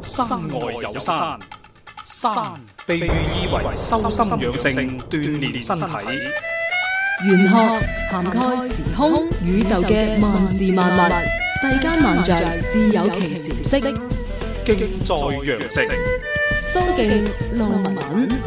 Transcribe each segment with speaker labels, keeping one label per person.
Speaker 1: 山外有山，山被喻意為修心養性、鍛煉身體。
Speaker 2: 玄學涵蓋時空宇宙嘅萬事萬物，世間萬象自有其時色。
Speaker 1: 經在羊城，
Speaker 2: 蘇敬路文。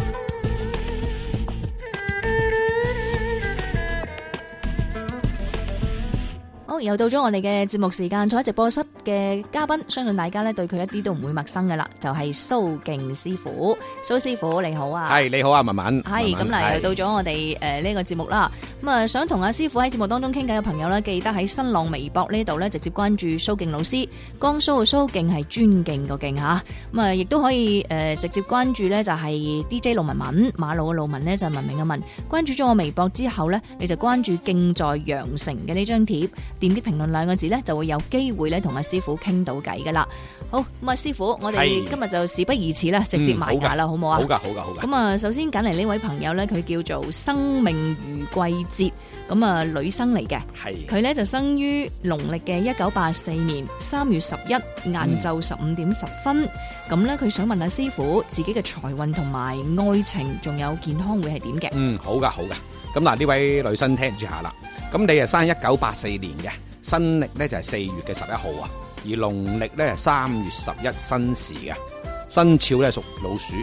Speaker 3: 好，又到咗我哋嘅節目時間，坐喺直播室嘅嘉賓，相信大家咧對佢一啲都唔會陌生噶啦，就係蘇敬師傅，蘇師傅你好啊，
Speaker 4: 係你好啊，文文。
Speaker 3: 係咁嚟，又到咗我哋誒呢個節目啦。咁啊，想同阿師傅喺節目當中傾偈嘅朋友呢，記得喺新浪微博呢度呢，直接關注蘇敬老師。江蘇嘅蘇敬係尊敬個敬嚇。咁啊，亦都可以誒、呃直接關注呢，就係 DJ 路文文，馬路嘅路文呢，就係文明嘅文。關注咗我微博之後呢，你就關注敬在羊城嘅呢張貼，點擊評論兩個字呢，就會有機會呢，同阿師傅傾到偈噶啦。好咁啊，師傅，我哋
Speaker 4: 係
Speaker 3: 今日就事不宜遲啦，直接
Speaker 4: 嗯
Speaker 3: 埋
Speaker 4: 好㗎
Speaker 3: 牙啦，好唔好啊？
Speaker 4: 好噶，好噶，好噶。
Speaker 3: 咁啊，首先揀嚟呢位朋友呢，佢叫做生命如季節，咁啊女生嚟嘅，
Speaker 4: 係
Speaker 3: 佢呢就生於農曆嘅一九八四年三月十一
Speaker 4: 嗯
Speaker 3: 晏晝十五點十分。咁呢，佢想問下師傅自己嘅財運同埋愛情，仲有健康會係點嘅？
Speaker 4: 嗯，好噶，好噶。咁嗱，呢位女生聽住下啦。咁你係生一九八四年嘅，新歷咧就係四月嘅十一號啊，而農曆咧係三月十一申時嘅，生肖咧屬老鼠。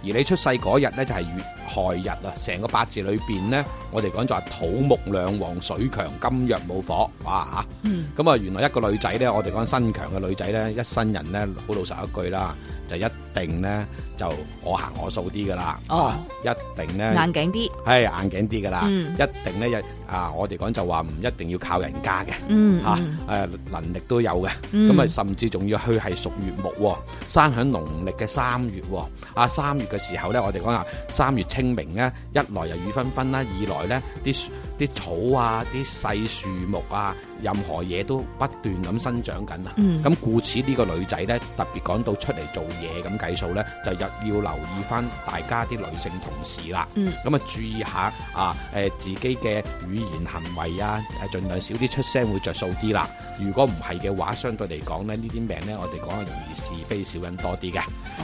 Speaker 4: 而你出世嗰日咧就係月亥日啊，成個八字裏邊咧，我哋講就係土木兩旺、水強金弱冇火，哇
Speaker 3: 嗯，
Speaker 4: 咁啊，原來一個女仔呢，我哋講身強嘅女仔呢，一生人呢，好老實一句啦，就一定呢，就我行我素啲噶啦，
Speaker 3: 哦
Speaker 4: 啊一定呢，
Speaker 3: 硬頸啲，
Speaker 4: 係硬頸啲噶啦，
Speaker 3: 嗯
Speaker 4: 一定呢，一啊，我哋講就話唔一定要靠人家嘅，
Speaker 3: 嗯，
Speaker 4: 嚇、
Speaker 3: 嗯
Speaker 4: 誒能力都有嘅，咁啊、
Speaker 3: 嗯
Speaker 4: 甚至仲要去係屬月木喎，生喺農曆嘅三月喎，啊三月嘅時候咧，我哋講話三月清明咧，一來又雨紛紛啦，二來咧啲啲草啊、啲細樹木啊，任何嘢都不斷咁生長緊啊。
Speaker 3: 嗯
Speaker 4: 咁故此呢個女仔呢，特別講到出嚟做嘢咁計數呢，就又要留意翻大家啲女性同事啦。
Speaker 3: 嗯
Speaker 4: 咁啊注意下啊誒、自己嘅語言行為啊，誒盡量少啲出聲會着數啲啦。如果唔係嘅話，相對嚟講呢，呢啲命呢，我哋講係容易是非小人多啲嘅。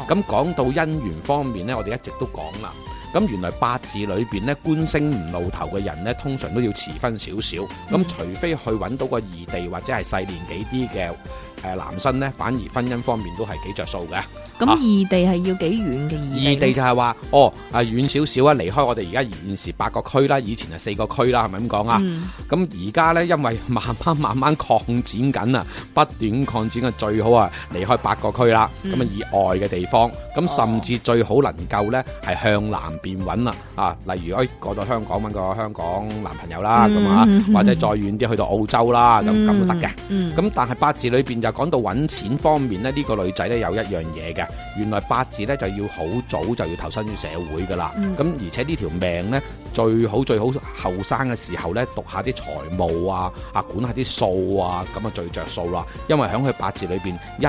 Speaker 4: 咁講到姻緣方面呢，我哋一直都講啦。咁原來八字裏邊呢，官星唔露頭嘅人呢，通常都要遲婚少少。咁除非去揾到個異地或者係細年紀啲嘅誒呃男生呢，反而婚姻方面都係幾着數嘅。
Speaker 3: 咁
Speaker 4: 啊
Speaker 3: 異地係要幾遠嘅
Speaker 4: 異
Speaker 3: 異
Speaker 4: 地
Speaker 3: 地？
Speaker 4: 就係話，哦啊遠少少啊，離開我哋而家現時八個區啦，以前係四個區啦，係咪咁講啊？
Speaker 3: 嗯
Speaker 4: 咁而家呢，因為慢慢慢慢擴展緊啊，不斷擴展嘅最好啊，離開八個區啦，
Speaker 3: 嗯
Speaker 4: 咁啊、以外嘅地方，
Speaker 3: 哦
Speaker 4: 咁甚至最好能夠呢係向南邊揾啦，啊，例如誒過到香港揾個香港男朋友啦，咁啊、
Speaker 3: 嗯嗯
Speaker 4: 或者再遠啲去到澳洲啦，咁咁都得嘅。
Speaker 3: 嗯，
Speaker 4: 咁但係八字裏邊就講到揾錢方面呢，呢、個女仔呢有一樣嘢嘅，原來八字呢就要好早就要投身於社會噶啦。
Speaker 3: 嗯
Speaker 4: 咁、而且呢條命呢，最好最好後生嘅時候呢，讀下啲財務啊，啊管下啲數啊，咁啊最着數啦。因為喺佢八字裏邊一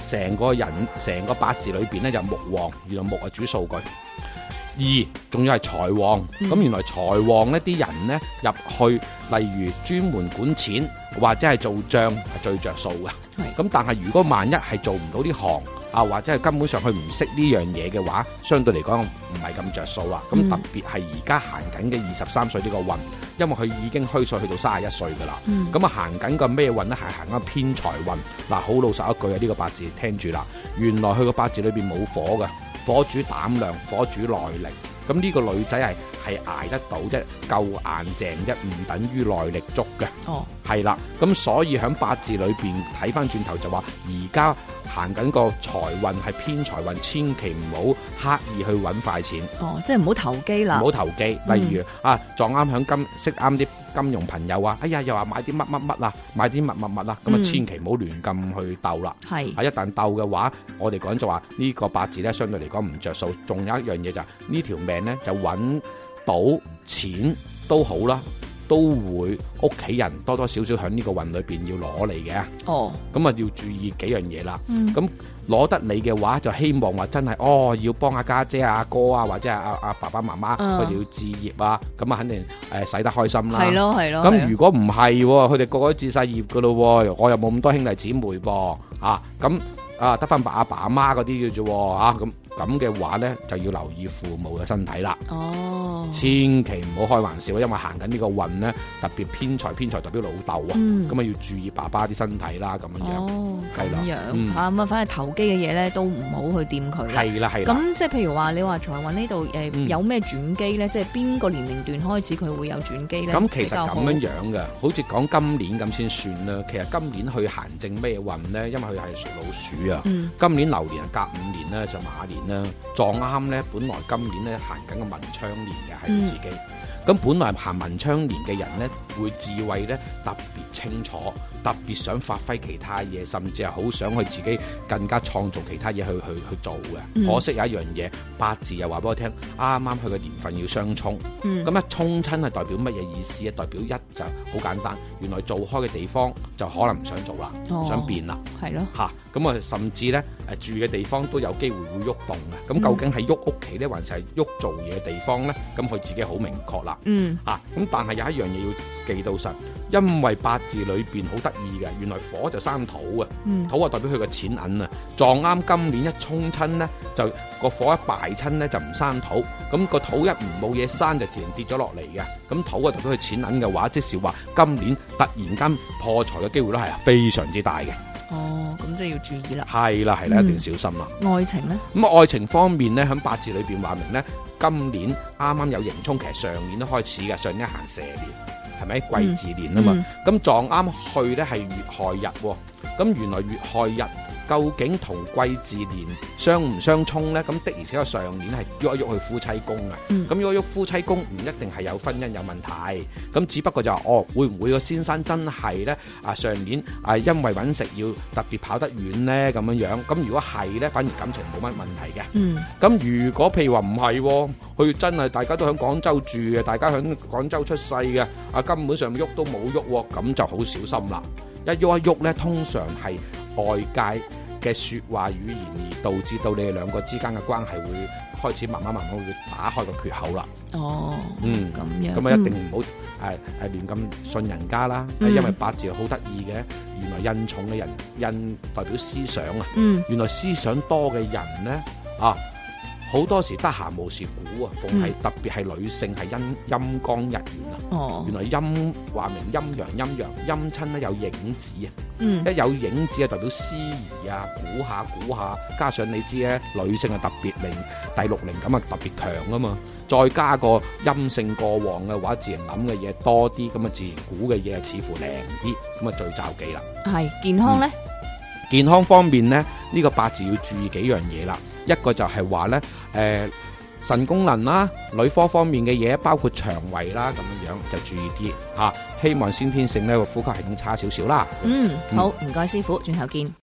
Speaker 4: 成個人成個八字裏邊呢，就木旺，原來木係主數據。二仲要係財旺，
Speaker 3: 嗯
Speaker 4: 咁、原來財旺呢啲人呢，入去，例如專門管錢或者係做帳係最着數嘅。
Speaker 3: 係
Speaker 4: 咁但係如果萬一係做唔到呢行啊，或者係根本上佢唔識呢樣嘢嘅話，相對嚟講唔係咁着數啦。咁、
Speaker 3: 嗯
Speaker 4: 特別係而家行緊嘅二十三歲呢個運，因為佢已經虛歲去到三十一歲㗎啦。
Speaker 3: 嗯
Speaker 4: 咁啊行緊個咩運呢？係行緊偏財運。嗱，好老實一句啊，呢、個八字聽住啦，原來佢個八字裏邊冇火嘅，火主膽量，火主耐力。咁呢個女仔係係捱得到啫，夠硬淨啫，唔等於耐力足嘅。
Speaker 3: 哦，
Speaker 4: 係啦，咁所以喺八字裏邊睇翻轉頭就話，而家行緊個財運係偏財運，千祈唔好刻意去揾快錢，唔
Speaker 3: 哦，即係唔好投機啦。
Speaker 4: 好投機。
Speaker 3: 嗯
Speaker 4: 例如、啊，撞啱響金識啱啲金融朋友啊，哎呀又話買啲乜乜乜啊，買啲乜乜乜啊，咁啊
Speaker 3: 嗯
Speaker 4: 千祈唔好亂咁去鬥啦。
Speaker 3: 係
Speaker 4: 啊！一旦鬥嘅話，我哋講就話呢個八字咧，相對嚟講唔着數。仲有一樣嘢就係呢條命咧，就揾到錢都好啦，都會屋企人多多少少喺呢個運裏邊要攞你嘅。
Speaker 3: 哦，
Speaker 4: 咁啊，要注意幾樣嘢啦。
Speaker 3: 嗯
Speaker 4: 咁攞得你嘅話，就希望話真係哦，要幫阿家姐、阿哥啊，或者係阿阿爸爸媽媽，
Speaker 3: 嗯
Speaker 4: 佢哋要置業啊，咁啊，肯定誒使得開心啦。
Speaker 3: 係咯係咯。哦係咯
Speaker 4: 咁如果唔係喎，佢哋個個都置晒業噶咯喎，我又冇咁多兄弟姊妹噃，啊，咁啊，得翻爸阿爸阿媽嗰啲嘅啫喎啊，咁咁嘅話咧就要留意父母嘅身體啦。
Speaker 3: 哦，
Speaker 4: 千祈唔好開玩笑，因為行緊呢個運咧，特別偏財偏財代表老豆啊，
Speaker 3: 嗯
Speaker 4: 咁啊、要注意爸爸啲身體啦，咁樣樣。
Speaker 3: 哦，咁
Speaker 4: 係啦
Speaker 3: 樣
Speaker 4: 嗯
Speaker 3: 啊，咁啊，反正投機嘅嘢咧都唔好去掂佢啦。
Speaker 4: 係啦係啦，
Speaker 3: 咁即係譬如話，你話財運呢度誒
Speaker 4: 嗯
Speaker 3: 有咩轉機咧？即係邊個年齡段開始佢會有轉機咧？
Speaker 4: 咁其實
Speaker 3: 比較
Speaker 4: 咁
Speaker 3: 好
Speaker 4: 樣樣嘅，好似講今年咁先算啦。其實今年去行正咩運咧？因為佢係屬老鼠啊。
Speaker 3: 嗯
Speaker 4: 今年流年係隔五年咧就馬年啦，撞啱咧，本來今年咧行緊個文昌年嘅係
Speaker 3: 嗯
Speaker 4: 佢自己。咁、本來行文昌年嘅人咧，會智慧咧特別清楚，特別想發揮其他嘢，甚至係好想去自己更加創造其他嘢去去去做嘅。
Speaker 3: 嗯
Speaker 4: 可惜有一樣嘢，八字又話俾我聽，啱啱佢嘅年份要相沖。
Speaker 3: 嗯
Speaker 4: 咁一沖親係代表乜嘢意思咧？代表一就好簡單，原來做開嘅地方就可能唔想做啦，
Speaker 3: 哦
Speaker 4: 想變啦。
Speaker 3: 係咯，
Speaker 4: 嚇，咁啊甚至咧誒住嘅地方都有機會會喐動嘅，
Speaker 3: 嗯
Speaker 4: 咁究竟係喐屋企咧，還是係喐做嘢嘅地方咧？咁佢自己好明確啦。
Speaker 3: 嗯
Speaker 4: 啊，咁但係有一樣嘢要記到實，因為八字裏邊好得意嘅，原來火就生土啊，
Speaker 3: 嗯
Speaker 4: 土啊代表佢嘅錢銀啊，撞啱今年一沖親呢，就個火一敗親呢，就唔生土，咁、個土一唔冇嘢生就自然跌咗落嚟嘅，咁土啊代表佢錢銀嘅話，即是話今年突然間破財嘅機會率係非常之大嘅，
Speaker 3: 哦，咁即係要注意啦。
Speaker 4: 係啦係啦，一定
Speaker 3: 嗯
Speaker 4: 要小心啦。
Speaker 3: 愛情咧，
Speaker 4: 咁啊，愛情方面咧，喺八字裏邊話明咧，今年啱啱有刑沖，其實上年都開始嘅，上年行蛇年，係咪癸巳年啊嘛？
Speaker 3: 嗯
Speaker 4: 咁、撞啱去咧係月亥日喎，咁原來月亥日究竟同癸巳年相唔相沖咧？咁的而且確上年係喐一喐去夫妻宮啊，
Speaker 3: 嗯
Speaker 4: 咁喐一喐夫妻宮唔一定係有婚姻有問題，咁只不過就話哦，會唔會個先生真係咧啊上年啊因為揾食要特別跑得遠咧咁樣樣？咁如果係咧，反而感情冇乜問題嘅。
Speaker 3: 嗯
Speaker 4: 咁如果譬如話唔係喎，佢真係大家都喺廣州住嘅，大家喺廣州出世嘅，啊根本上喐都冇喐喎，咁就好小心啦。一喐一喐呢，通常係外界嘅説話語言而導致到你哋兩個之間嘅關係會開始慢慢慢慢會打開個缺口啦。
Speaker 3: 哦，
Speaker 4: 嗯
Speaker 3: 咁樣
Speaker 4: 咁啊，一定唔好誒誒亂咁信人家啦，哎
Speaker 3: 嗯
Speaker 4: 因為八字好得意嘅，原來印重嘅人印代表思想啊。
Speaker 3: 嗯
Speaker 4: 原來思想多嘅人呢，啊，好多時得閒無事估啊，逢係特別係女性係陰陰光日元啊。
Speaker 3: 嗯哦
Speaker 4: 原來陰話明陰陽陰陽陰親咧有影子啊，
Speaker 3: 嗯
Speaker 4: 一有影子啊代表思疑啊，估下估下，加上你知咧女性啊特別靈第六靈感啊特別強啊嘛，再加個陰性過旺嘅話，自然諗嘅嘢多啲，咁啊自然估嘅嘢似乎靈啲，咁啊最罩忌啦。
Speaker 3: 係健康咧，
Speaker 4: 健康方面呢，呢、個八字要注意幾樣嘢啦。一個就係話呢，誒、腎功能啦、女科方面嘅嘢，包括腸胃啦咁樣樣就注意啲嚇、希望先天性呢個呼吸系統差少少啦。
Speaker 3: 嗯嗯好，唔該師傅，轉頭見。